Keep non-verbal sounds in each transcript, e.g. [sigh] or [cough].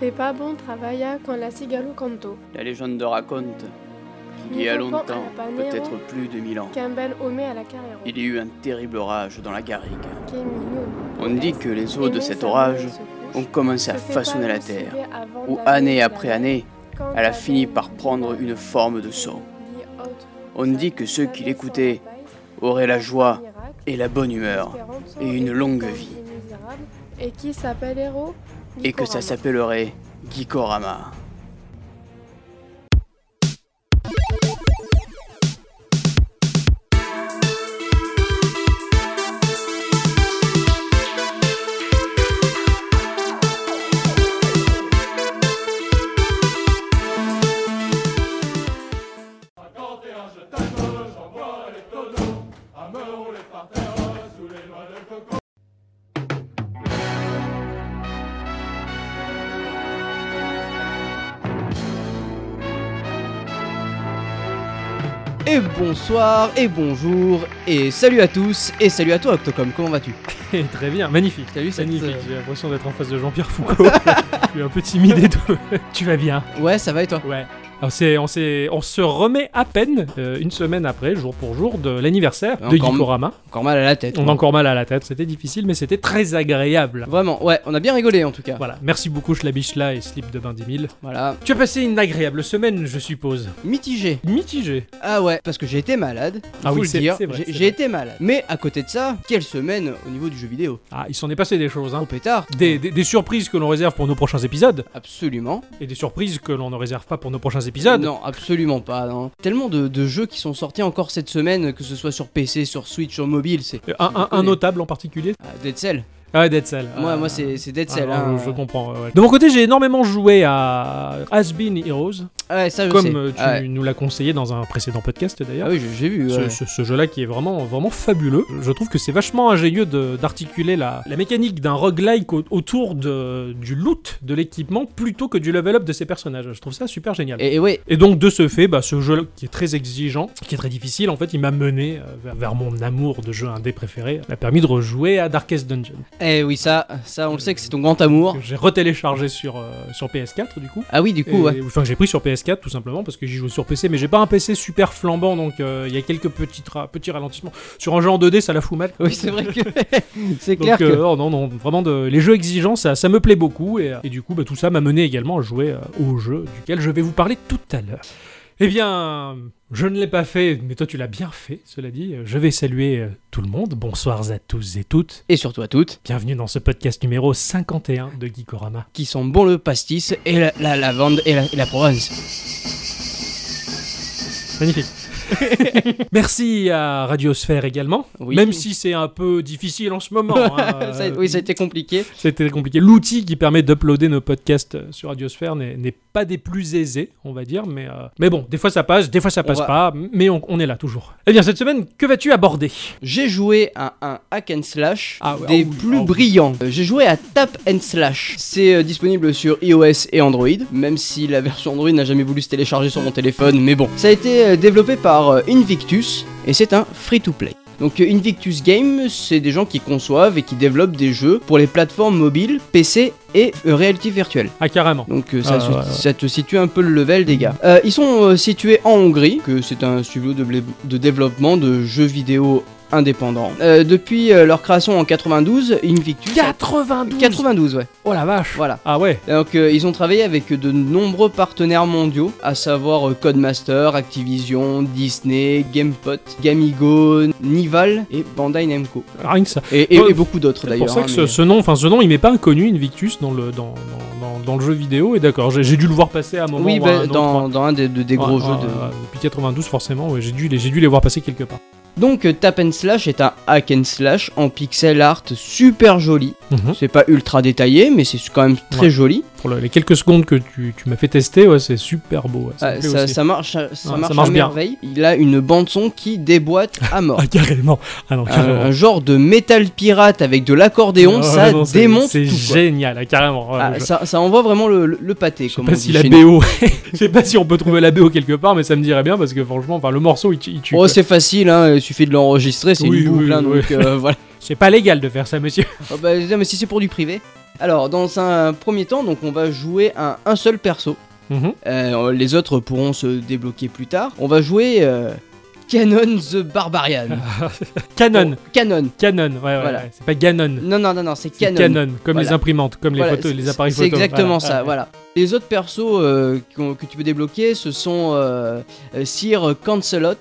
fait pas bon travailla quand la cigale au canto, La légende raconte qu'il y a longtemps, peut-être plus de mille ans, qu'un bel homé à la carrière. il y a eu un terrible orage dans la garrigue. Qu'est mignon. On dit que les eaux de cet orage ont commencé à façonner la terre, où année après année, elle a fini par prendre une forme de son. On dit que ceux qui l'écoutaient auraient la joie et la bonne humeur, et une longue vie, Et qui s'appelle Héros et que ça s'appellerait Gikorama. Et bonsoir, et bonjour, et salut à tous, et salut à toi Octocom, comment vas-tu [laughs] Et très bien, magnifique. Salut, cette, Magnifique, euh, j'ai l'impression d'être en face de Jean-Pierre [laughs] Foucault. Je suis un peu timide et tout. [laughs] tu vas bien Ouais, ça va et toi Ouais. Alors c'est, on, s'est- on se remet à peine, euh, une semaine après, jour pour jour, de l'anniversaire de Encore- Gikorama. Encore mal à la tête. On a quoi. encore mal à la tête, c'était difficile, mais c'était très agréable. Vraiment, ouais, on a bien rigolé en tout cas. Voilà, merci beaucoup Schlabichla et Slip de Bain 10 000. Voilà. Tu as passé une agréable semaine, je suppose. Mitigé. Mitigée. Ah ouais, parce que j'ai été malade. Ah faut oui, le c'est- dire. c'est vrai, J'ai- c'est J'ai vrai. été malade. Mais à côté de ça, quelle semaine au niveau du jeu vidéo Ah, il s'en est passé des choses, Au hein. pétard Des, des- des surprises que l'on réserve pour nos prochains épisodes, Absolument. et des surprises que l'on ne réserve pas pour nos prochains épisodes. Non, absolument pas. Non. Tellement de, de jeux qui sont sortis encore cette semaine, que ce soit sur PC, sur Switch, sur mobile, c'est. Euh, Un, un- un notable en particulier Ah, Dead Cell. Ah, Dead Cell. Moi, Ah. moi c'est c'est Dead Cell. Ah, hein. Je comprends. ouais, ouais. De mon côté, j'ai énormément joué à Has Been Heroes, Ouais, ça je sais. comme euh, tu Ah ouais. nous l'as conseillé dans un précédent podcast d'ailleurs. Ah oui, je- j'ai vu. Ce, ouais. ce- ce jeu-là qui est vraiment, vraiment fabuleux. Je trouve que c'est vachement ingénieux de- d'articuler la, la mécanique d'un roguelike au- autour de, du loot de l'équipement plutôt que du level up de ses personnages. Je trouve ça super génial. Et... Et, et ouais, donc de ce fait, bah, ce jeu qui est très exigeant, qui est très difficile, en fait, il m'a mené euh, vers, vers mon amour de jeu indé préféré, m'a permis de rejouer à Darkest Dungeon, Eh oui, ça, ça on le sait que c'est ton grand amour. que j'ai retéléchargé sur, euh, sur PS4 du coup. Ah oui, du coup, Et- ouais. [laughs] Enfin, que j'ai pris sur PS4 tout simplement parce que j'y joue sur PC, mais j'ai pas un PC super flambant donc euh, il y a quelques petits, ra- petits ralentissements. Sur un jeu en 2D, ça la fout mal. Oui, c'est vrai que [laughs] c'est Donc, clair euh, que. oh, non, non, vraiment, de... les jeux exigeants, ça, ça me plaît beaucoup et, euh, et du coup, bah, tout ça m'a mené également à jouer euh, au jeu duquel je vais vous parler tout à l'heure. Eh bien, je ne l'ai pas fait, mais toi tu l'as bien fait, cela dit. Je vais saluer euh, tout le monde. Bonsoir à tous et toutes. Et surtout à toutes, Bienvenue dans ce podcast numéro 51 de Geekorama. qui sont bons le pastis et la, la lavande et la, et la Provence. [laughs] Magnifique. Merci à Radiosphère également, Oui. même si c'est un peu difficile en ce moment. [laughs] hein. Ça a- oui, ça a été compliqué. C'était compliqué. L'outil qui permet d'uploader nos podcasts sur Radiosphère n'est n'est pas des plus aisés, on va dire, mais, euh, mais bon, des fois ça passe, des fois ça On passe va- pas, mais on, on est là toujours. Eh bien, cette semaine, que vas-tu aborder J'ai joué à un hack and slash Ah ouais, des ah oui, plus ah oui. brillants. Euh, J'ai joué à Tap and Slash. C'est euh, disponible sur iOS et Android, même si la version Android n'a jamais voulu se télécharger sur mon téléphone, mais bon. Ça a été euh, développé par euh, Invictus et c'est un free-to-play. Donc euh, Invictus Games, c'est des gens qui conçoivent et qui développent des jeux pour les plateformes mobiles, PC et euh, réalité virtuelle. Ah, carrément. Donc euh, ça, Ah, se- ouais, ouais. ça te situe un peu le level des gars. Euh, ils sont euh, situés en Hongrie, que c'est un studio de, blé- de développement de jeux vidéo indépendants. Euh, depuis euh, leur création en 92, Invictus... 92 92 ouais, Oh la vache voilà. Ah ouais Donc euh, ils ont travaillé avec de nombreux partenaires mondiaux, à savoir euh, Codemaster, Activision, Disney, GamePot, Gamigo, Nival et Bandai Namco. Rien que ça. Et, et- Ouais, et beaucoup d'autres C'est d'ailleurs. pour ça hein, que ce, mais- ce nom, enfin ce nom, il m'est pas inconnu, Invictus, dans le, dans, dans, dans- dans le jeu vidéo. Et d'accord, j'ai j'ai dû le voir passer à un moment. Oui, ou à bah, un autre, hein. dans, dans un des, des gros Ouais, jeux ouais, de... ouais, depuis 92, forcément, ouais, j'ai dû, les- j'ai dû les voir passer quelque part. Donc euh, Tap and Slash est un hack and slash en pixel art super joli. C'est pas ultra détaillé, mais c'est quand même très Ouais. joli. Pour le- les quelques secondes que tu, tu m'as fait tester, ouais, c'est super beau. ouais, ça me Ah, plaît ça, aussi. ça marche, ça, ça Ouais, ça marche, marche à bien. merveille. Il a une bande son qui déboîte à mort. [laughs] Ah, carrément. [laughs] Ah non, Un, carrément. Euh, un genre de métal pirate avec de l'accordéon, Ah, ça non, c'est- démonte tout. C'est quoi. génial, ah, carrément. ouais, Ah, je- ça, ça envoie vraiment le, le- le pâté. Je sais comme pas on si dit la chez nous. BO. [laughs] Je sais pas si on peut trouver la BO quelque part, mais ça me dirait bien parce que franchement, enfin, le morceau il, tu- il tue. Oh, quoi. c'est facile, hein, il suffit de l'enregistrer, c'est Oui, une boucle, oui, hein, oui. donc euh, [laughs] voilà. [laughs] c'est pas légal de faire ça, monsieur. Oh, bah, mais si c'est pour du privé. Alors, dans un premier temps, donc on va jouer un, un seul perso. Mhm. Euh, les autres pourront se débloquer plus tard. On va jouer euh, Canon the Barbarian. [laughs] Canon. Bon, Canon. Canon, ouais, ouais, Voilà. ouais. C'est pas Ganon. Non, non, non, non, c'est C'est Canon. Canon. comme les Voilà. imprimantes, comme Voilà, les photos, c'est- les appareils C'est photo. exactement Voilà. Ah, ça, voilà. Les autres persos euh, qu'on- que tu peux débloquer, ce sont euh, euh, Sir Cancelot,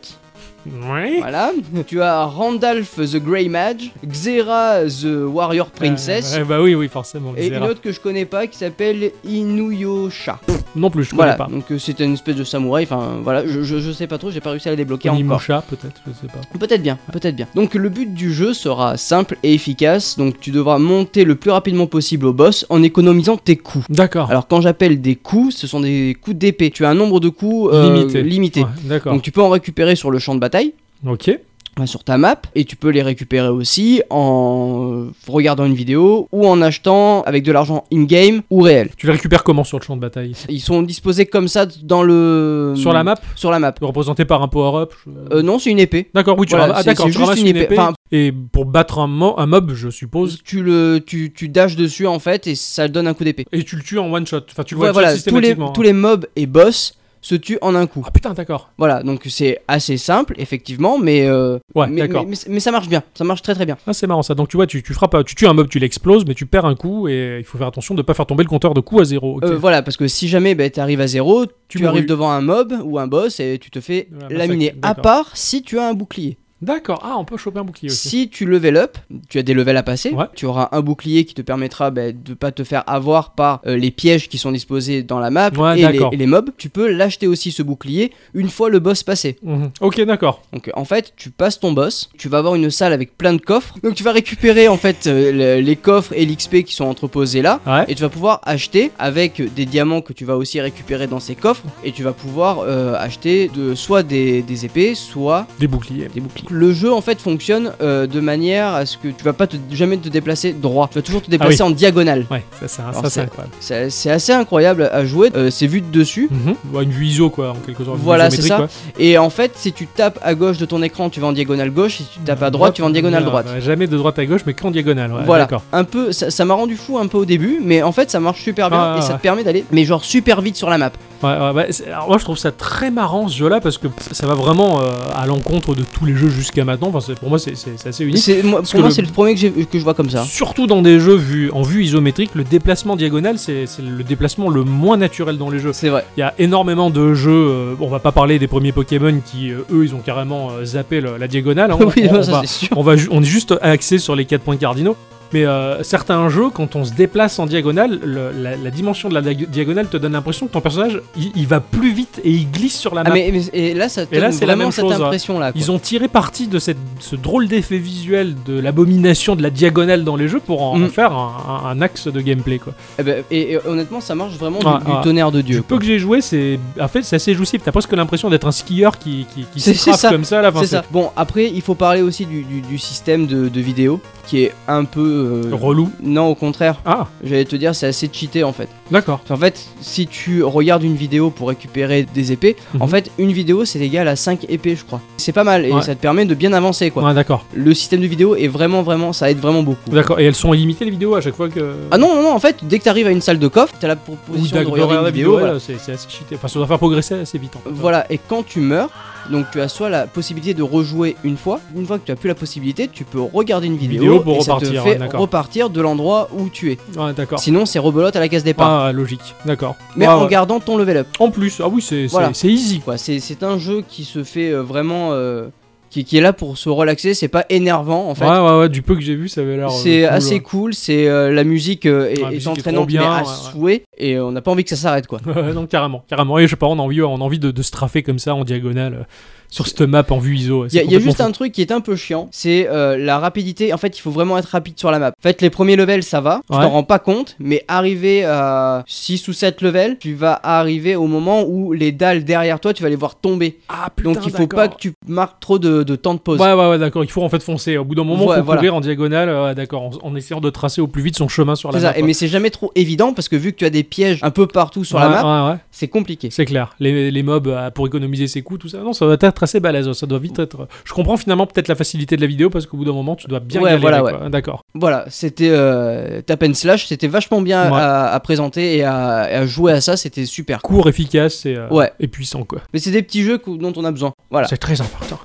Ouais. [laughs] voilà. tu as Randolph the Grey Mage, Xera the Warrior Princess, Euh, ouais, bah oui, oui, forcément. et c'est une rare. autre que je connais pas qui s'appelle Inuyosha. Non plus, je connais Voilà, pas. donc euh, c'est une espèce de samouraï, enfin voilà, je, je, je sais pas trop, j'ai pas réussi à la débloquer encore. Onimusha, peut-être, je sais pas. Peut-être bien, peut-être bien. Donc le but du jeu sera simple et efficace, donc tu devras monter le plus rapidement possible au boss en économisant tes coups. D'accord. Alors quand j'appelle des coups, ce sont des coups d'épée. Tu as un nombre de coups euh, limité. limité. Ouais, D'accord. Donc tu peux en récupérer sur le champ de bataille, Ok. enfin, sur ta map, et tu peux les récupérer aussi en euh, regardant une vidéo ou en achetant avec de l'argent in-game ou réel. Tu les récupères comment sur le champ de bataille Ils sont disposés comme ça dans le... Sur la map Sur la map. Représenté par un power-up je- Euh, non, c'est une épée. D'accord, oui, tu, voilà, ram- ah, c'est- d'accord, c'est tu juste ramasses une une épée. épée. Enfin- Et pour battre un, mo- un mob, je suppose. Tu le, tu, tu dashes dessus en fait et ça donne un coup d'épée. Et tu le tues en one shot. Enfin, tu le Ouais, vois voilà, tous les, systématiquement. hein. tous les mobs et boss se tuent en un coup. Ah putain, d'accord. Voilà, donc c'est assez simple effectivement, mais, euh, Ouais, mais, d'accord. mais- mais- mais ça marche bien, ça marche très très bien. Ah, c'est marrant ça. Donc tu vois, tu, tu frappes, tu tues un mob, tu l'exploses, mais tu perds un coup et il faut faire attention de pas faire tomber le compteur de coups à zéro. Ok. Euh, voilà, parce que si jamais bah, tu arrives à zéro, tu, mourras. arrives devant un mob ou un boss et tu te fais Ouais, massacre, laminer. À Ah, bah, d'accord. part si tu as un bouclier. D'accord. Ah, on peut choper un bouclier aussi. Si tu level up, tu as des levels à passer, Ouais. tu auras un bouclier qui te permettra bah, de pas te faire avoir par euh, les pièges qui sont disposés dans la map Ouais, et, les, d'accord. et les mobs. Tu peux l'acheter aussi ce bouclier une fois le boss passé. Mhm. Ok, d'accord. Donc euh, en fait, tu passes ton boss, tu vas avoir une salle avec plein de coffres. Donc tu vas récupérer en fait euh, le- les coffres et l'XP qui sont entreposés là. Ouais. Et tu vas pouvoir acheter avec des diamants que tu vas aussi récupérer dans ces coffres. Et tu vas pouvoir euh, acheter de, soit des, des épées, soit Des boucliers. des boucliers. Le jeu en fait fonctionne euh, de manière à ce que tu vas pas te- jamais te déplacer droit. Tu vas toujours te déplacer en diagonale. Ouais, ça c'est un- Alors, ça, c'est- c'est incroyable. C'est c'est assez incroyable à jouer. Euh, C'est vu de dessus. Mhm. Ouais, une vue ISO quoi, en quelque sorte. une Voilà, vue c'est ça. isométrique, Et en fait, si tu tapes à gauche de ton écran, tu vas en diagonale gauche. Si tu quoi. tapes à droite, tu vas en diagonale Non, droite. bah, jamais de droite à gauche, mais qu'en diagonale. ouais, voilà, D'accord. un peu, ça ça m'a rendu fou un peu au début, mais en fait ça marche super bien Ah, et ça ouais. te permet d'aller, mais genre super vite sur la map. Ouais, ouais, bah, c'est- alors moi je trouve ça très marrant ce jeu-là parce que ça va vraiment euh, à l'encontre de tous les jeux jusqu'à maintenant. Enfin, c'est- pour moi c'est- c'est c'est assez unique. C'est- moi- Parce pour que moi le- c'est le premier que, j'ai- que je vois comme ça. Surtout dans des jeux vus- en vue isométrique, le déplacement diagonal, c'est c'est le déplacement le moins naturel dans les jeux. C'est vrai. Il y a énormément de jeux, euh, on va pas parler des premiers Pokémon qui, euh, eux, ils ont carrément euh, zappé le- la diagonale. hein. On- [laughs] oui, on, non, on ça va, c'est sûr. on, va ju- on est juste axé sur les quatre points cardinaux. Mais euh, certains jeux, quand on se déplace en diagonale, le- la, la dimension de la dia- diagonale te donne l'impression que ton personnage, il, il va plus vite et il glisse sur la Ah, map. mais, mais- et là ça te Et là, donne c'est la vraiment même cette chose, ouais. impression là. Ils ont tiré parti de cette, ce drôle d'effet visuel de l'abomination de la diagonale dans les jeux pour en, en Mm. faire un, un- un axe de gameplay. Quoi. Et, Eh ben, et, euh, honnêtement ça marche vraiment du- Ah, du, ah. tonnerre de Du Dieu. peu que j'ai joué, c'est en fait c'est assez jouissif. T'as presque l'impression d'être un skieur qui, qui, qui C'est- se c'est frappe ça. comme ça à la fin. C'est ça. Bon après il faut parler aussi du, du- du système de, de vidéo qui est un peu. euh, relou. Non au contraire, Ah, j'allais te dire c'est assez cheaté en fait. d'accord. En fait, si tu regardes une vidéo pour récupérer des épées, Mhm. en fait, une vidéo c'est égal à 5 épées, je crois. C'est pas mal et Ouais. ça te permet de bien avancer quoi. Ouais, d'accord. Le système de vidéo est vraiment, vraiment, ça aide vraiment beaucoup. D'accord. Et elles sont illimitées les vidéos à chaque fois que. Ah non, non, non, en fait, dès que t'arrives à une salle de coffre, t'as la Ou proposition de d'accord. regarder une la vidéo. vidéo, voilà. ouais, c'est c'est assez cheaté. Enfin, ça doit faire progresser assez vite. hein. en fait. Voilà, et quand tu meurs, donc tu as soit la possibilité de rejouer une fois, une fois que tu as plus la possibilité, tu peux regarder une vidéo, vidéo pour et ça repartir, te fait ouais, d'accord. repartir de l'endroit où tu es. Ouais, d'accord. Sinon, c'est rebelote à la case départ. Ah, logique. D'accord. Mais Ouais, en ouais. gardant ton level up. En plus, ah oui, c'est c'est- Voilà. c'est easy. quoi. C'est, c'est un jeu qui se fait euh, vraiment. euh, qui, qui est là pour se relaxer, c'est pas énervant en fait. ouais, ouais, ouais, du peu que j'ai vu, ça avait l'air. euh, c'est cool, assez ouais. [laughs] cool, c'est euh, la musique euh, est, la est musique est entraînante trop bien, mais à ouais, ouais. souhait et euh, on n'a pas envie que ça s'arrête quoi. Ouais, non, carrément, carrément. Et je sais pas, on a envie, on a envie de, de se trafer comme ça en diagonale euh, sur cette map en vue ISO. Il y, a- y a juste un truc qui est un peu chiant, c'est euh, la rapidité. En fait, il faut vraiment être rapide sur la map. En fait, les premiers levels, ça va, tu Ouais. t'en rends pas compte, mais arrivé à 6 ou 7 levels, tu vas arriver au moment où les dalles derrière toi, tu vas les voir tomber. Ah, putain, Donc il faut pas d'accord. que tu marques trop de, de temps de pause. Ouais, ouais, ouais, d'accord. Il faut en fait foncer. Au bout d'un moment, il Ouais, faut voilà. courir en diagonale, euh, ouais, d'accord, en, en essayant de tracer au plus vite son chemin sur la C'est map. ça, et mais c'est jamais trop évident parce que vu que tu as des pièges un peu partout sur la map, Ouais, ouais, ouais. c'est compliqué. C'est clair. Les, les mobs euh, pour économiser ses coups, tout ça. Non, ça doit être être assez balèze. Ça doit vite Mm. être. Je comprends finalement peut-être la facilité de la vidéo parce qu'au bout d'un moment, tu dois bien Ouais, galérer, voilà, quoi. D'accord. Voilà, c'était euh, Tap and Slash, c'était vachement bien Ouais. à, à présenter et à, à jouer à ça, c'était super. Court, efficace et, euh, Ouais. et puissant, quoi. Mais c'est des petits jeux cou- dont on a besoin. Voilà. C'est très [laughs] important.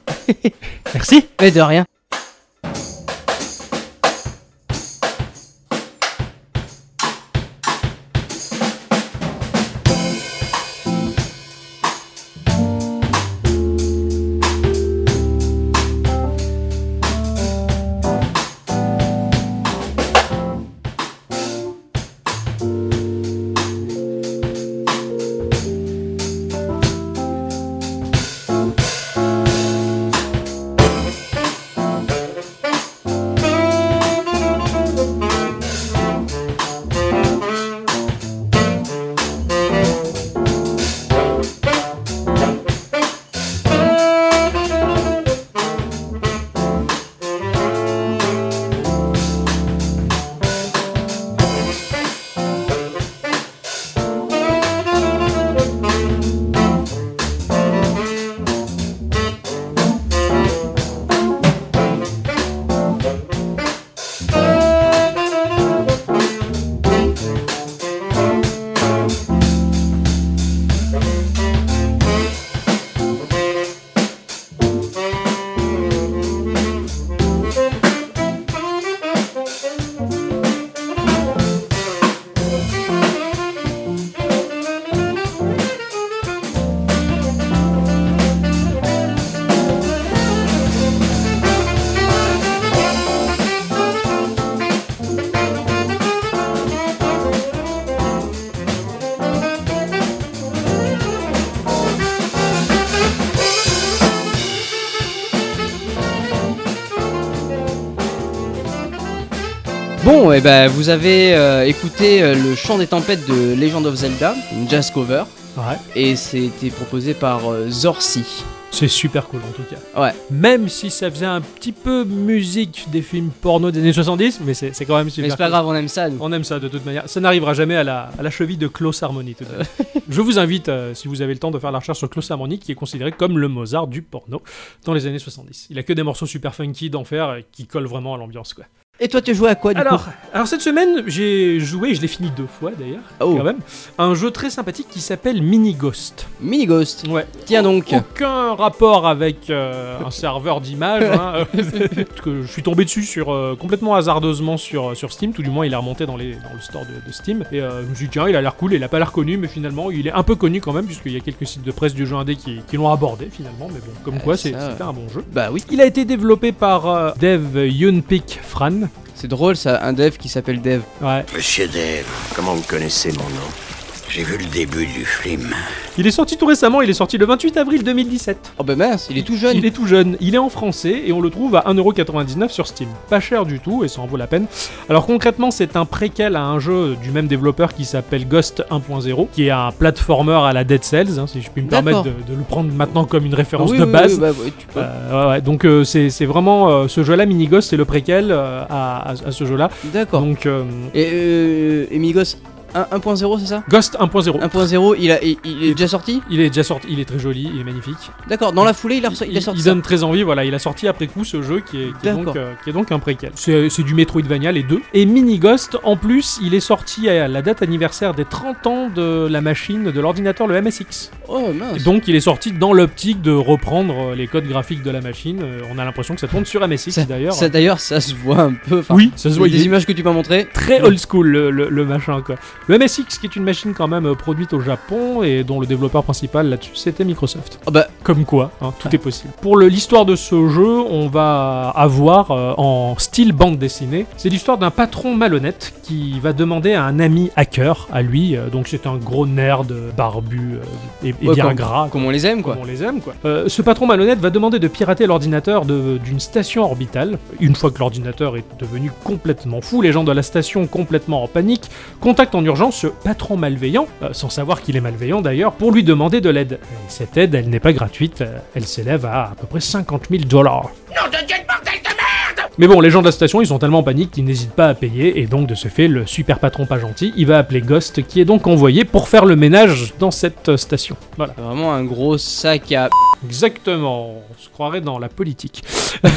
Merci. Mais de rien. Bon, et ben vous avez euh, écouté euh, le chant des tempêtes de Legend of Zelda, une jazz cover, Ouais. et c'était proposé par euh, Zorsi. C'est super cool en tout cas. Ouais. Même si ça faisait un petit peu musique des films porno des années 70, mais c'est c'est quand même super. Mais c'est pas cool. grave, on aime ça. Nous. On aime ça de toute manière. Ça n'arrivera jamais à la, à la cheville de Klaus Harmony. [laughs] tout de même. Je vous invite, euh, si vous avez le temps, de faire la recherche sur Klaus Harmony, qui est considéré comme le Mozart du porno dans les années 70. Il a que des morceaux super funky d'enfer euh, qui collent vraiment à l'ambiance. quoi. Et toi, tu jouais à quoi Ah, du Oh. Alors, coup alors cette semaine, j'ai joué, je l'ai fini deux fois d'ailleurs, Oh. quand même, à un jeu très sympathique qui s'appelle Mini Ghost. Mini Ghost. Ouais. Tiens donc. Oh. Aucun rapport avec euh, un serveur d'image. hein, euh, parce que je suis tombé dessus sur, euh, complètement hasardeusement sur, euh, sur Steam. Tout du moins, il est remonté dans, les, dans le store de, de Steam. Et euh, je me suis dit, tiens, il a l'air cool. Il a pas l'air connu, mais finalement, il est un peu connu quand même, puisqu'il y a quelques sites de presse du jeu indé qui, qui l'ont abordé finalement. Mais bon, comme quoi, c'est- ça, c'était un bon jeu. Bah oui, Il a été développé par euh, Dev Yunpik Fran. c'est drôle ça, un dev qui s'appelle Dev. Ouais. Monsieur Dave, comment vous connaissez mon nom J'ai vu le début du film. Il est sorti tout récemment. Il est sorti le 28 avril 2017. Oh bah mince, il est tout jeune. Il est tout jeune, il est en français et on le trouve à 1,99€ sur Steam. Pas cher du tout et ça en vaut la peine. Alors concrètement, c'est un préquel à un jeu du même développeur qui s'appelle Ghost 1.0, qui est un platformer à la Dead Cells, hein, si je puis me permettre D'accord. de, de le prendre maintenant comme une référence Oui, de oui, base. oui, bah oui, tu peux. Euh, ouais, ouais, donc euh, c'est c'est vraiment euh, ce jeu-là, Mini Ghost, c'est le préquel euh, à, à- à ce jeu-là. D'accord. Donc euh, Et, euh, et Mini Ghost un- 1.0, c'est ça Ghost 1.0. 1.0, il, a- il, il est déjà sorti Il est déjà sorti, il est très joli, il est magnifique. D'accord, dans la foulée, il a, reço- il a sorti. ça. donne très envie, voilà. Il a sorti après coup ce jeu qui est, qui est D'accord. donc, euh, qui est donc un préquel. C'est c'est du Metroidvania, les deux. Et Mini Ghost, en plus, il est sorti à la date anniversaire des 30 ans de la machine, de l'ordinateur, le MSX. Oh Et mince. donc, il est sorti dans l'optique de reprendre euh, les codes graphiques de la machine. Euh, On a l'impression que ça tourne sur MSX d'ailleurs. Ça d'ailleurs, ça se voit un peu. enfin, hein. Oui, ça se voit. il est Les images que tu m'as montrées. très old school le, le- le machin quoi. Le MSX qui est une machine quand même euh, produite au Japon et dont le développeur principal là-dessus c'était Microsoft. Ah bah. Comme quoi, hein, tout est possible. Pour le- l'histoire de ce jeu, on va avoir euh, en style bande dessinée, c'est l'histoire d'un patron malhonnête qui va demander à un ami hacker, à lui, euh, donc c'est un gros nerd euh, barbu euh, et, et Ouais, bien comme- gras. Comme on les aime quoi. Comme on les aime, quoi. Euh, ce patron malhonnête va demander de pirater l'ordinateur de- d'une station orbitale. Une fois que l'ordinateur est devenu complètement fou, les gens de la station complètement en panique contactent en urgence ce patron malveillant, euh, sans savoir qu'il est malveillant d'ailleurs, pour lui demander de l'aide. Et cette aide, elle n'est pas gratuite, euh, elle s'élève à à peu près 50 000 dollars. Mais bon, les gens de la station, ils sont tellement en panique qu'ils n'hésitent pas à payer, et donc de ce fait, le super patron pas gentil, il va appeler Ghost, qui est donc envoyé pour faire le ménage dans cette euh, station. Voilà. C'est Vraiment un gros sac à. Exactement, on se croirait dans la politique.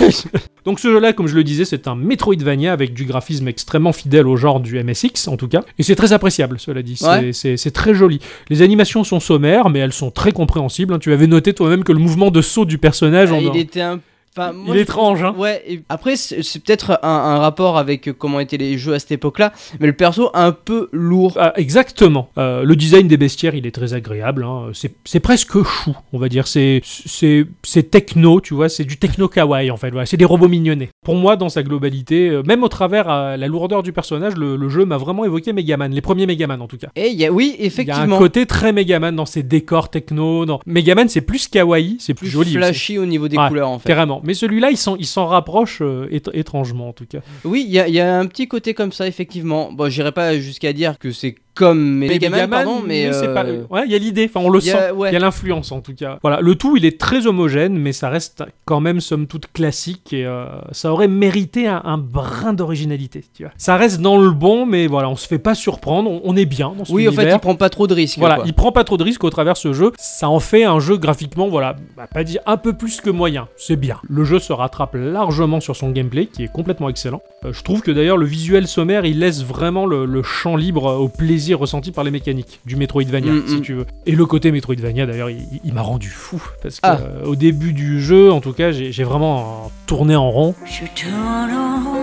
[laughs] Donc ce jeu-là, comme je le disais, c'est un Metroidvania avec du graphisme extrêmement fidèle au genre du MSX en tout cas. Et c'est très appréciable, cela dit. C'est- Ouais. C'est c'est très joli. Les animations sont sommaires, mais elles sont très compréhensibles. hein. Tu avais noté toi-même que le mouvement de saut du personnage, Ah, en- il était un. enfin, moi, il est je- étrange. Hein. Ouais, et après, c'est c'est peut-être un, un rapport avec euh, comment étaient les jeux à cette époque-là, mais le perso un peu lourd. Ah, exactement. Euh, le design des bestiaires, il est très agréable. hein. C'est c'est presque chou, on va dire. C'est- C'est c'est techno, tu vois. C'est du techno kawaii, en fait. Voilà, C'est des robots mignonnés. Pour moi, dans sa globalité, euh, même au travers euh, la lourdeur du personnage, le, le jeu m'a vraiment évoqué Megaman. Les premiers Megaman, en tout cas. Et il y a, oui, Il y a un effectivement, côté très Megaman dans ses décors techno. Dans... Megaman, c'est plus kawaii, c'est plus, plus joli. aussi. flashy au niveau des Ouais, couleurs en fait. Carrément. Mais celui-là, il s'en- il s'en rapproche euh, étr- étrangement, en tout cas. Oui, il y, a- il y a un petit côté comme ça, effectivement. Bon, j'irai pas jusqu'à dire que c'est comme Mais Megaman, Megaman, pardon, mais. c'est euh, pas- Ouais, il y a l'idée, enfin, on le il y sent. a- ouais. Il y a l'influence en tout cas. Voilà, le tout il est très homogène, mais ça reste quand même somme toute classique et euh, ça aurait mérité un, un brin d'originalité. Tu vois, ça reste dans le bon, mais voilà, on se fait pas surprendre, on, on est bien dans ce Oui, en fait, il prend pas trop de risques. Voilà, quoi. il prend pas trop de risques au travers de ce jeu. Ça en fait un jeu graphiquement, voilà, bah, pas dire un peu plus que moyen. C'est bien. Le jeu se rattrape largement sur son gameplay, qui est complètement excellent. Euh, je trouve que d'ailleurs le visuel sommaire, il laisse vraiment le, le champ libre au plaisir ressenti par les mécaniques du Metroidvania, Mm, si mm. tu veux. Et le côté Metroidvania, d'ailleurs, il, il m'a rendu fou parce que Ah. euh, au début du jeu, en tout cas, j'ai j'ai vraiment euh, tourné en rond. Je tourne en rond.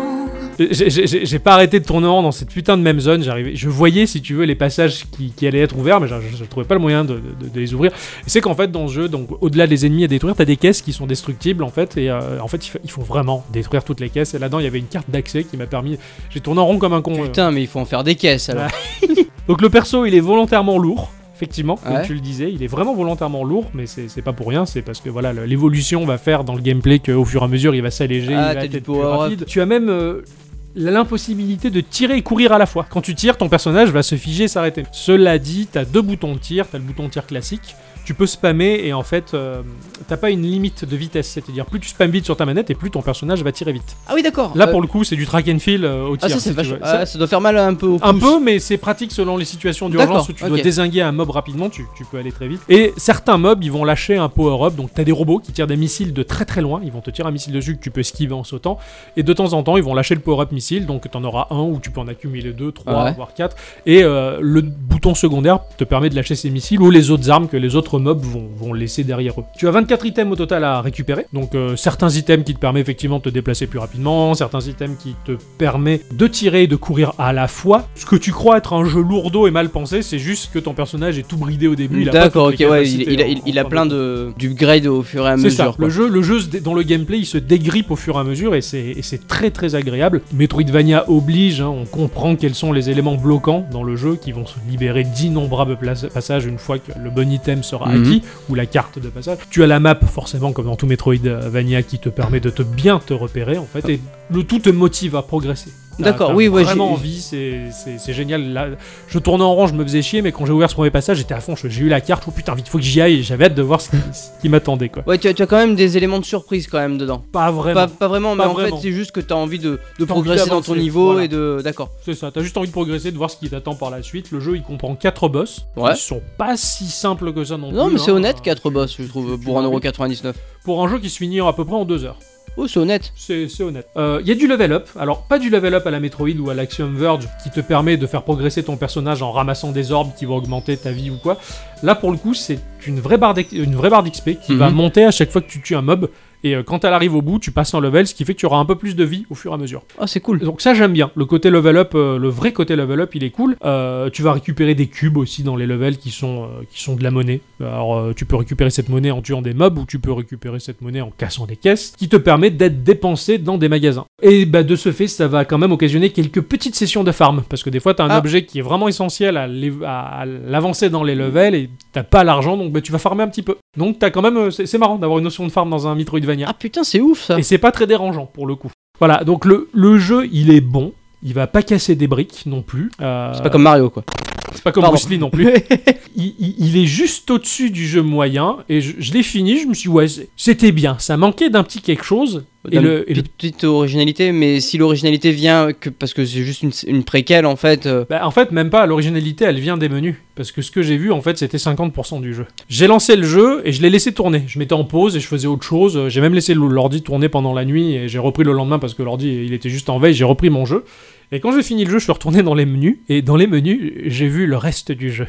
J'ai- J'ai j'ai- j'ai pas arrêté de tourner en rond dans cette putain de même zone. J'arrivais, je voyais si tu veux les passages qui, qui allaient être ouverts, mais je, je- je trouvais pas le moyen de, de- de les ouvrir. Et C'est qu'en fait dans ce jeu, donc au-delà des ennemis à détruire, t'as des caisses qui sont destructibles en fait, et euh, en fait il fa- il faut vraiment détruire toutes les caisses. Et là-dedans il y avait une carte d'accès qui m'a permis. J'ai tourné en rond comme un con. euh. Putain, mais il faut en faire des caisses alors. Donc le perso, il est volontairement lourd. Effectivement, comme Ouais. tu le disais, il est vraiment volontairement lourd, mais c'est c'est pas pour rien, c'est parce que voilà, le- l'évolution va faire dans le gameplay qu'au fur et à mesure il va s'alléger, Ah, il va t'as du être plus power up. rapide. Tu as même euh, l'impossibilité de tirer et courir à la fois. Quand tu tires, ton personnage va se figer et s'arrêter. Cela dit, t'as deux boutons de tir, t'as le bouton de tir classique, tu peux spammer et en fait, euh, t'as pas une limite de vitesse, c'est-à-dire plus tu spammes vite sur ta manette et plus ton personnage va tirer vite. Ah oui, d'accord. Là Euh, pour le coup, c'est du track and field euh, au tir. Ah, ça, si c'est tu vachement. veux. Ça- ah, ça doit faire mal un peu au un pouce. peu, mais c'est pratique selon les situations d'urgence D'accord, où tu dois ok. désinguer un mob rapidement, tu, tu peux aller très vite. Et certains mobs, ils vont lâcher un power-up, donc t'as des robots qui tirent des missiles de très très loin, ils vont te tirer un missile dessus que tu peux esquiver en sautant, et de temps en temps, ils vont lâcher le power-up missile, donc t'en auras un ou tu peux en accumuler deux, trois, Ouais. voire quatre, et euh, le bouton secondaire te permet de lâcher ces missiles ou les autres armes que les autres mobs vont, vont laisser derrière eux. Tu as 24 items au total à récupérer, donc euh, certains items qui te permettent effectivement de te déplacer plus rapidement, certains items qui te permettent de tirer et de courir à la fois. Ce que tu crois être un jeu lourdeau et mal pensé, c'est juste que ton personnage est tout bridé au début. il a pas D'accord, ok, toutes les ouais, il, capacités il a, en- il- il a en- plein de. [laughs] du grade au fur et à c'est mesure. ça, quoi. le jeu, le jeu se dé- dans le gameplay, il se dégrippe au fur et à mesure et c'est et c'est très très agréable. Metroidvania oblige, hein, on comprend quels sont les éléments bloquants dans le jeu qui vont se libérer d'innombrables place- passages une fois que le bon item sera Mhm. acquis ou la carte de passage. Tu as la map forcément comme dans tout Metroidvania qui te permet de te bien te repérer en fait et le tout te motive à progresser. T'as- D'accord, t'as oui, ouais, Vraiment j'ai- envie, c'est- c'est c'est génial. Là, je tournais en rond, je me faisais chier, mais quand j'ai ouvert ce premier passage, j'étais à fond. je- J'ai eu la carte, oh putain, vite, faut que j'y aille. J'avais hâte de voir ce qui, ce qui m'attendait, quoi. Ouais, tu as, tu as quand même des éléments de surprise quand même dedans. Pas vraiment. Pas, pas vraiment, mais Pas en vraiment. fait, c'est juste que t'as envie de, de T'as envie progresser dans ton d'avancer, niveau voilà. et de. D'accord. C'est ça, t'as juste envie de progresser, de voir ce qui t'attend par la suite. Le jeu, il comprend 4 boss. Ouais. Ils sont pas si simples que ça non, Non, plus. mais c'est hein. honnête, 4 boss, je trouve, tu pour vois, 1,99€. Pour un jeu qui se finit en à peu près en 2 heures. Oh, c'est honnête. C'est c'est honnête. Il y a du level up. Alors, pas du level up à la Metroid ou à l'Axiom Verge qui te permet de faire progresser ton personnage en ramassant des orbes qui vont augmenter ta vie ou quoi. Là, pour le coup, c'est une vraie barre d'ex- une vraie barre d'XP qui Mhm. va monter à chaque fois que tu tues un mob. Et euh, quand elle arrive au bout, tu passes un level, ce qui fait que tu auras un peu plus de vie au fur et à mesure. Oh, c'est cool. Donc ça j'aime bien. Le côté level up, euh, le vrai côté level up, il est cool. Euh, tu vas récupérer des cubes aussi dans les levels qui sont euh, qui sont de la monnaie. Alors euh, tu peux récupérer cette monnaie en tuant des mobs ou tu peux récupérer cette monnaie en cassant des caisses, qui te permet d'être dépensé dans des magasins. Et bah de ce fait, ça va quand même occasionner quelques petites sessions de farm parce que des fois t'as un Ah. objet qui est vraiment essentiel à l'év- à à l'avancée dans les levels et t'as pas l'argent donc bah, tu vas farmer un petit peu. Donc t'as quand même euh, c'est c'est marrant d'avoir une notion de farm dans un Metroidvania. Ah putain, c'est ouf ça. Et c'est pas très dérangeant pour le coup. Voilà, donc le, le jeu, il est bon. Il va pas casser des briques non plus. Euh, C'est pas comme Mario quoi. C'est pas comme Pardon. Bruce Lee [laughs] non plus. Il, il- il est juste au-dessus du jeu moyen et je, je l'ai fini. Je me suis dit, ouais, c'est- c'était bien. Ça manquait d'un petit quelque chose. Et D'un le, et le- Petite originalité, mais si l'originalité vient que parce que c'est juste une, une préquelle en fait. euh, Bah, en fait, même pas. L'originalité, elle vient des menus. Parce que ce que j'ai vu, en fait, c'était 50% du jeu. J'ai lancé le jeu et je l'ai laissé tourner. Je m'étais en pause et je faisais autre chose. Euh, J'ai même laissé l'ordi tourner pendant la nuit et j'ai repris le lendemain parce que l'ordi, il était juste en veille. J'ai repris mon jeu. Et quand j'ai fini le jeu, je suis retourné dans les menus. Et dans les menus, j'ai vu le reste du jeu.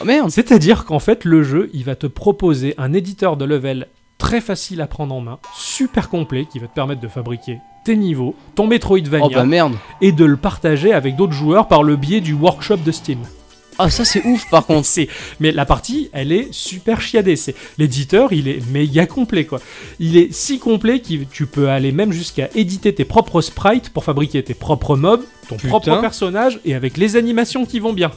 Oh merde. C'est-à-dire qu'en fait, le jeu, il va te proposer un éditeur de level très facile à prendre en main, super complet, qui va te permettre de fabriquer tes niveaux, ton Metroidvania, Oh bah merde. et de le partager avec d'autres joueurs par le biais du workshop de Steam. Ah ça c'est ouf par contre. C'est- Mais la partie, elle est super chiadée. C'est l'éditeur, il est méga complet quoi. Il est si complet que tu peux aller même jusqu'à éditer tes propres sprites pour fabriquer tes propres mobs, ton Putain. propre personnage et avec les animations qui vont bien.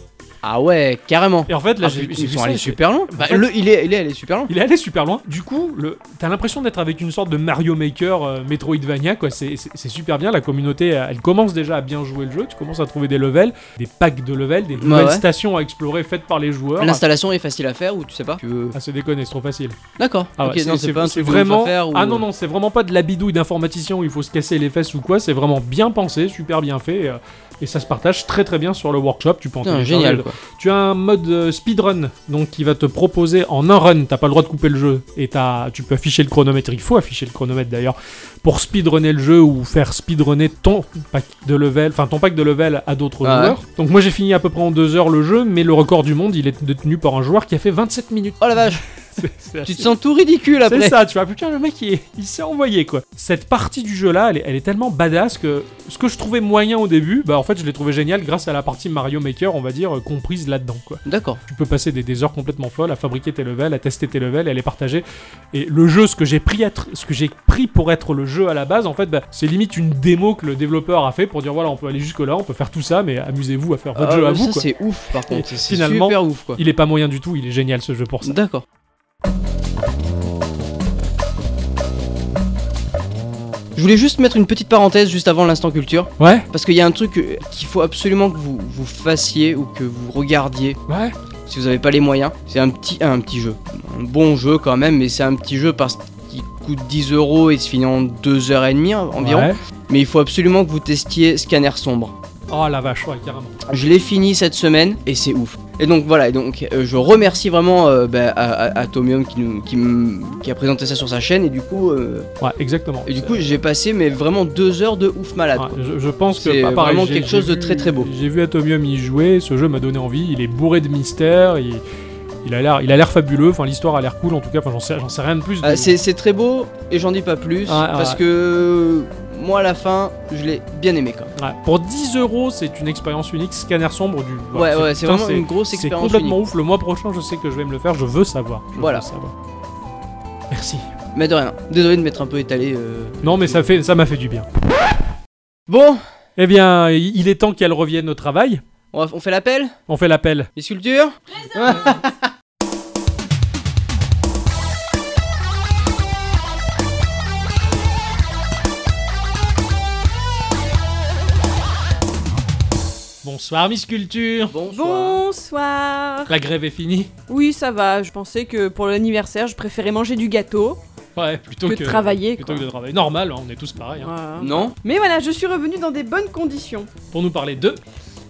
Ah ouais carrément. Et en fait, là, Ah, j'ai putain, j'ai ils vu sont ça, allés j'ai- super loin. Bah, fait- le, il est, il est allé super loin. Il est allé super loin. Du coup, le... t'as l'impression d'être avec une sorte de Mario Maker euh, Metroidvania, quoi. C'est c'est- c'est super bien. La communauté, euh, elle commence déjà à bien jouer le jeu. Tu commences à trouver des levels, des packs de levels, des nouvelles ouais. stations à explorer faites par les joueurs. L'installation est facile à faire ou tu sais pas. Tu veux- Ah, c'est déconné, c'est trop facile. D'accord. Ah ok, ouais, non, c'est pas un c'est truc que vraiment. je dois faire ou- Ah non, non, c'est vraiment pas de la bidouille d'informaticien où il faut se casser les fesses ou quoi. C'est vraiment bien pensé, super bien fait. euh, Et ça se partage très très bien sur le workshop. Tu peux en Putain, télécharger génial quoi. Tu as un mode euh, speedrun, donc qui va te proposer en un run, t'as pas le droit de couper le jeu, et t'as- tu peux afficher le chronomètre, il faut afficher le chronomètre d'ailleurs, pour speedrunner le jeu ou faire speedrunner ton pack de level, enfin ton pack de level à d'autres Ah ouais. joueurs. Donc moi j'ai fini à peu près en deux heures le jeu, mais le record du monde il est détenu par un joueur qui a fait 27 minutes. Oh la vache, C'est- c'est tu te assez- sens tout ridicule après. c'est ça, tu vois, ah, putain, le mec, il, il s'est envoyé, quoi. Cette partie du jeu-là, elle, est- elle est tellement badass que ce que je trouvais moyen au début, bah, en fait, je l'ai trouvé génial grâce à la partie Mario Maker, on va dire, euh, comprise là-dedans, quoi. D'accord. Tu peux passer des, des heures complètement folles à fabriquer tes levels, à tester tes levels, et à les partager. Et le jeu, ce que j'ai pris, être, ce que j'ai pris pour être le jeu à la base, en fait, bah, c'est limite une démo que le développeur a fait pour dire, voilà, on peut aller jusque-là, on peut faire tout ça, mais amusez-vous à faire votre Ah, jeu à ça, vous, quoi. c'est ouf par contre. C'est finalement, super ouf quoi. Il est pas moyen du tout, il est génial ce jeu pour ça. D'accord. Je voulais juste mettre une petite parenthèse juste avant l'instant culture, Ouais, parce qu'il y a un truc euh, qu'il faut absolument que vous, vous fassiez ou que vous regardiez ouais. si vous n'avez pas les moyens. C'est un petit, un petit jeu. Un bon jeu quand même, mais c'est un petit jeu parce qu'il coûte 10 euros et se finit en 2h30 environ. Ouais. Mais il faut absolument que vous testiez Scanner Sombre. Oh la vache, ouais, carrément. Je l'ai fini cette semaine et c'est ouf. Et donc voilà, et donc euh, je remercie vraiment euh, bah, à, à- à Tomium qui, nous, qui, m- qui a présenté ça sur sa chaîne et du coup, euh, Ouais, exactement. et du coup j'ai passé mais vraiment deux heures de ouf malade. Ouais, quoi. je, je pense que C'est bah, pareil, vraiment j'ai- quelque j'ai chose de vu- très, très beau. J'ai vu Atomium y jouer, ce jeu m'a donné envie, il est bourré de mystères, il, il a l'air il a l'air fabuleux, enfin l'histoire a l'air cool en tout cas, enfin j'en sais, j'en sais rien de plus. Euh, c'est c'est très beau et j'en dis pas plus Ah, ah, parce ah. que moi à la fin je l'ai bien aimé quand même. Ouais, Pour 10 euros, c'est une expérience unique, scanner sombre du. Ouais ouais, c'est putain, vraiment une grosse C'est expérience. complètement unique. ouf, le mois prochain je sais que je vais me le faire, je veux savoir. je Voilà. veux savoir. Merci. Mais de rien, désolé de m'être un peu étalé. euh. Non mais ça fait ça m'a fait du bien. Bon, Eh bien, il il est temps qu'elle revienne au travail. on, va- on fait l'appel On fait l'appel. Les sculptures Bonsoir Miss Culture. Bonsoir. Bonsoir. La grève est finie. Oui, ça va. Je pensais que pour l'anniversaire, je préférais manger du gâteau Ouais, plutôt que que, de travailler. plutôt quoi. que de travailler. Normal, hein, on est tous pareils. hein. Voilà. Non Mais voilà, je suis revenue dans des bonnes conditions. Pour nous parler d'eux.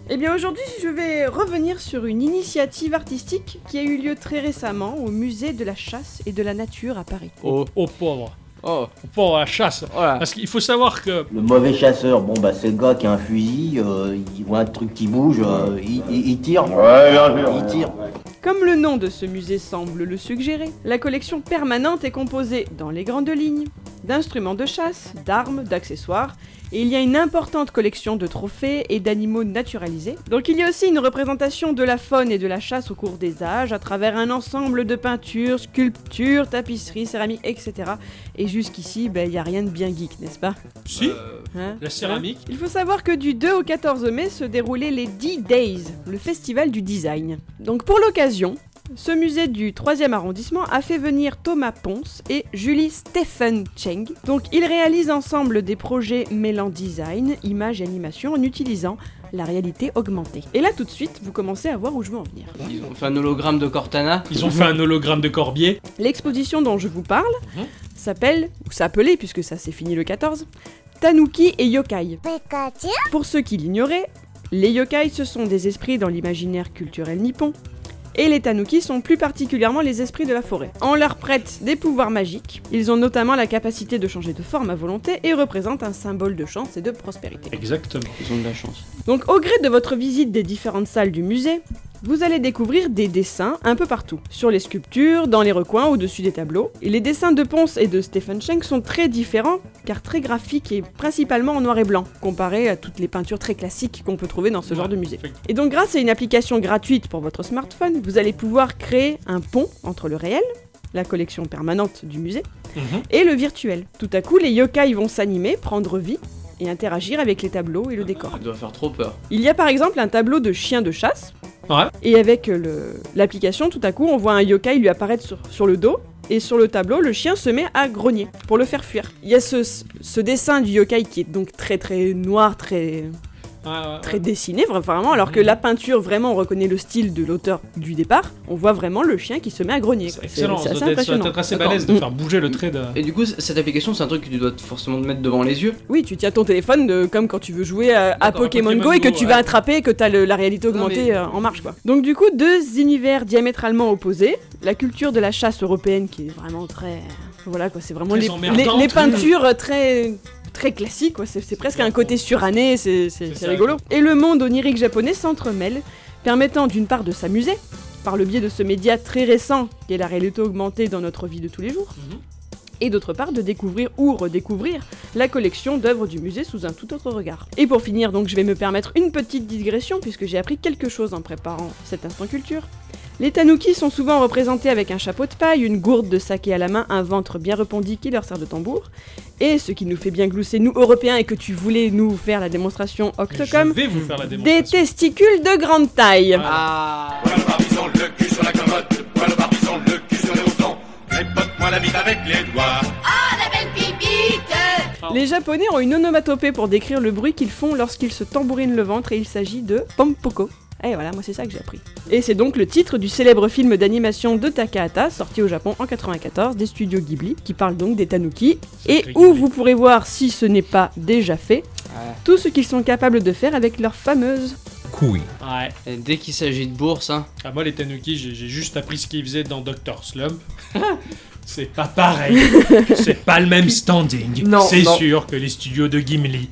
Eh bien, aujourd'hui, je vais revenir sur une initiative artistique qui a eu lieu très récemment au musée de la chasse et de la nature à Paris. Au, au pauvre. Oh, Au pauvre à la chasse. voilà. Parce qu'il faut savoir que. Le mauvais chasseur, bon bah c'est le gars qui a un fusil, euh, il voit un truc qui bouge, euh, il, il- il tire, il tire. Comme le nom de ce musée semble le suggérer, la collection permanente est composée, dans les grandes lignes, d'instruments de chasse, d'armes, d'accessoires, et il y a une importante collection de trophées et d'animaux naturalisés. Donc il y a aussi une représentation de la faune et de la chasse au cours des âges à travers un ensemble de peintures, sculptures, tapisseries, céramiques, etc. Et jusqu'ici, ben, il n'y a rien de bien geek, n'est-ce pas Si Hein Euh, La céramique. il faut savoir que du 2 au 14 mai se déroulaient les D-Days, le festival du design. Donc pour l'occasion, Ce musée du 3e arrondissement a fait venir Thomas Ponce et Julie Stephen Cheng. Donc ils réalisent ensemble des projets mêlant design, images et animation en utilisant la réalité augmentée. Et là tout de suite, vous commencez à voir où je veux en venir. Ils ont fait un hologramme de Cortana. Ils ont fait un hologramme de Corbier. L'exposition dont je vous parle Mhm. s'appelle, ou s'appelait puisque ça s'est fini le 14, Tanuki et Yokai. Pour ceux qui l'ignoraient, les yokai ce sont des esprits dans l'imaginaire culturel nippon. Et les tanuki sont plus particulièrement les esprits de la forêt. On leur prête des pouvoirs magiques, ils ont notamment la capacité de changer de forme à volonté et représentent un symbole de chance et de prospérité. Exactement. Ils ont de la chance. Donc au gré de votre visite des différentes salles du musée, vous allez découvrir des dessins un peu partout. Sur les sculptures, dans les recoins, au-dessus des tableaux. Et les dessins de Ponce et de Stephen Cheng sont très différents, car très graphiques et principalement en noir et blanc, comparé à toutes les peintures très classiques qu'on peut trouver dans ce genre de musée. Et donc grâce à une application gratuite pour votre smartphone, vous allez pouvoir créer un pont entre le réel, la collection permanente du musée, Mhm. et le virtuel. Tout à coup, les yokai vont s'animer, prendre vie, et interagir avec les tableaux et le décor. Ça doit faire trop peur. Il y a par exemple un tableau de chien de chasse. Ouais. Et avec euh, le- l'application, tout à coup, on voit un yokai lui apparaître sur, sur le dos. Et sur le tableau, le chien se met à grogner pour le faire fuir. Il y a ce, ce dessin du yokai qui est donc très très noir, très, Ah, très dessiné vra- vraiment, alors que la peinture, vraiment, on reconnaît le style de l'auteur du départ. On voit vraiment le chien qui se met à grogner. C'est quoi. excellent, c'est ça doit assez être- ça impressionnant. doit être assez D'accord. balèze de Mm. faire bouger le trait de. Et du coup, c- cette application, c'est un truc que tu dois forcément te mettre devant les yeux. Oui, tu tiens ton téléphone de- comme quand tu veux jouer à, à D'accord, à Pokémon, Pokémon Go et que Go, tu ouais. vas attraper et que t'as le- la réalité Non, augmentée mais- euh, en marche quoi. Donc du coup, deux univers diamétralement opposés, la culture de la chasse européenne qui est vraiment très voilà quoi, c'est vraiment Très les, les, emmerdante. les peintures euh, très très classiques quoi, c'est c'est presque un côté suranné, c'est c'est- C'est c'est ça. rigolo. Et le monde onirique japonais s'entremêle, permettant d'une part de s'amuser par le biais de ce média très récent qui est la réalité augmentée dans notre vie de tous les jours. Mhm. Et d'autre part, de découvrir ou redécouvrir la collection d'œuvres du musée sous un tout autre regard. Et pour finir, donc, je vais me permettre une petite digression puisque j'ai appris quelque chose en préparant cet instant culture. Les tanuki sont souvent représentés avec un chapeau de paille, une gourde de saké à la main, un ventre bien rebondi qui leur sert de tambour. Et ce qui nous fait bien glousser, nous Européens, et que tu voulais nous faire la démonstration Je Octocom, vais vous faire la des démonstration. testicules de grande taille. Ah. Ah Voilà le barbizon, le cul sur la commode. Voilà le barbizon, le cul sur les boutons. Époque-moi la bite avec les doigts. Les Japonais ont une onomatopée pour décrire le bruit qu'ils font lorsqu'ils se tambourinent le ventre et il s'agit de pompoko. Et voilà, moi c'est ça que j'ai appris. Et c'est donc le titre du célèbre film d'animation de Takahata, sorti au Japon en 94 des studios Ghibli, qui parle donc des tanuki, et très où Ghibli. vous pourrez voir, si ce n'est pas déjà fait, Ouais. tout ce qu'ils sont capables de faire avec leur fameuse... Ouais. Et Dès qu'il s'agit de bourse, hein. [laughs] Ah, moi, les Tanuki, j'ai j'ai juste appris ce qu'ils faisaient dans Doctor Slump. [laughs] C'est pas pareil. C'est pas le même standing. Non, C'est non. sûr que les studios de Gimli.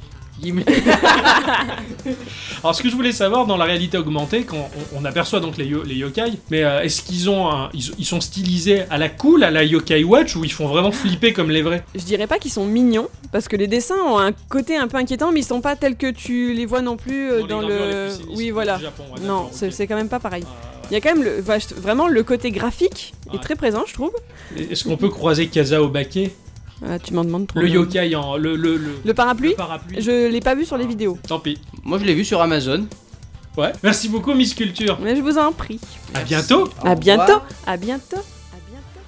Alors, ce que je voulais savoir dans la réalité augmentée, quand on, on aperçoit donc les, yo- les yokai, mais euh, est-ce qu'ils ont un- ils, ils sont stylisés à la cool, à la yokai watch, ou ils font vraiment flipper comme les vrais Je dirais pas qu'ils sont mignons, parce que les dessins ont un côté un peu inquiétant, mais ils sont pas tels que tu les vois non plus euh, dans le... Oui, voilà. Non, c'est c'est quand même pas Euh, pareil. Il y a quand même le, vache- vraiment le côté graphique Ouais. est très présent, je trouve. Est-ce qu'on peut croiser Kaza Obake Ah, tu m'en demandes trop. Le là. yokai en. Le, le, le- Le parapluie, le parapluie Ah. je l'ai pas vu sur les vidéos. Tant pis. Moi, je l'ai vu sur Amazon. Ouais. Merci beaucoup, Miss Culture. Mais je vous en prie. À bientôt. À bientôt. À bientôt. À bientôt.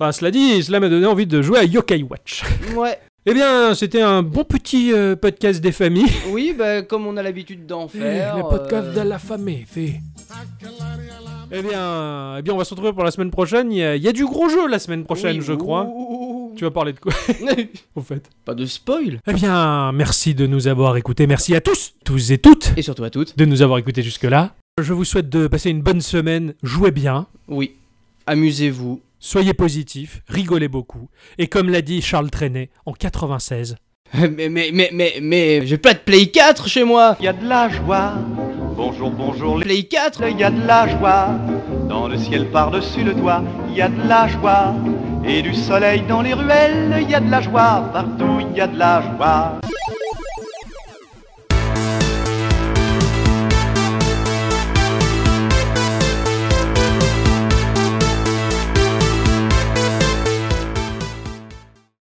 Bah, cela dit, cela m'a donné envie de jouer à Yokai Watch. Ouais. Eh bien, c'était un bon petit euh, podcast des familles. Oui, bah, comme on a l'habitude d'en Eh, faire. euh, famille, Eh bien, eh bien, on va se retrouver pour la semaine prochaine. Il y, a- il y a du gros jeu la semaine prochaine, oui, je crois. ouh, ouh, ouh. Tu vas parler de quoi, [laughs] [laughs] au fait Pas de spoil. Eh bien, merci de nous avoir écoutés. Merci à tous, tous et toutes, Et surtout à toutes. de nous avoir écoutés jusque-là. Je vous souhaite de passer une bonne semaine. Jouez bien. Oui. Amusez-vous. [laughs] Soyez positifs, rigolez beaucoup. Et comme l'a dit Charles Trenet en 96, Mais, mais, mais, mais, mais, j'ai pas de Play 4 chez moi. Il y a de la joie. Bonjour, bonjour, Play 4. il y a de la joie. Dans le ciel par-dessus le toit, il y a de la joie. Et du soleil dans les ruelles, il y a de la joie. Partout, il y a de la joie.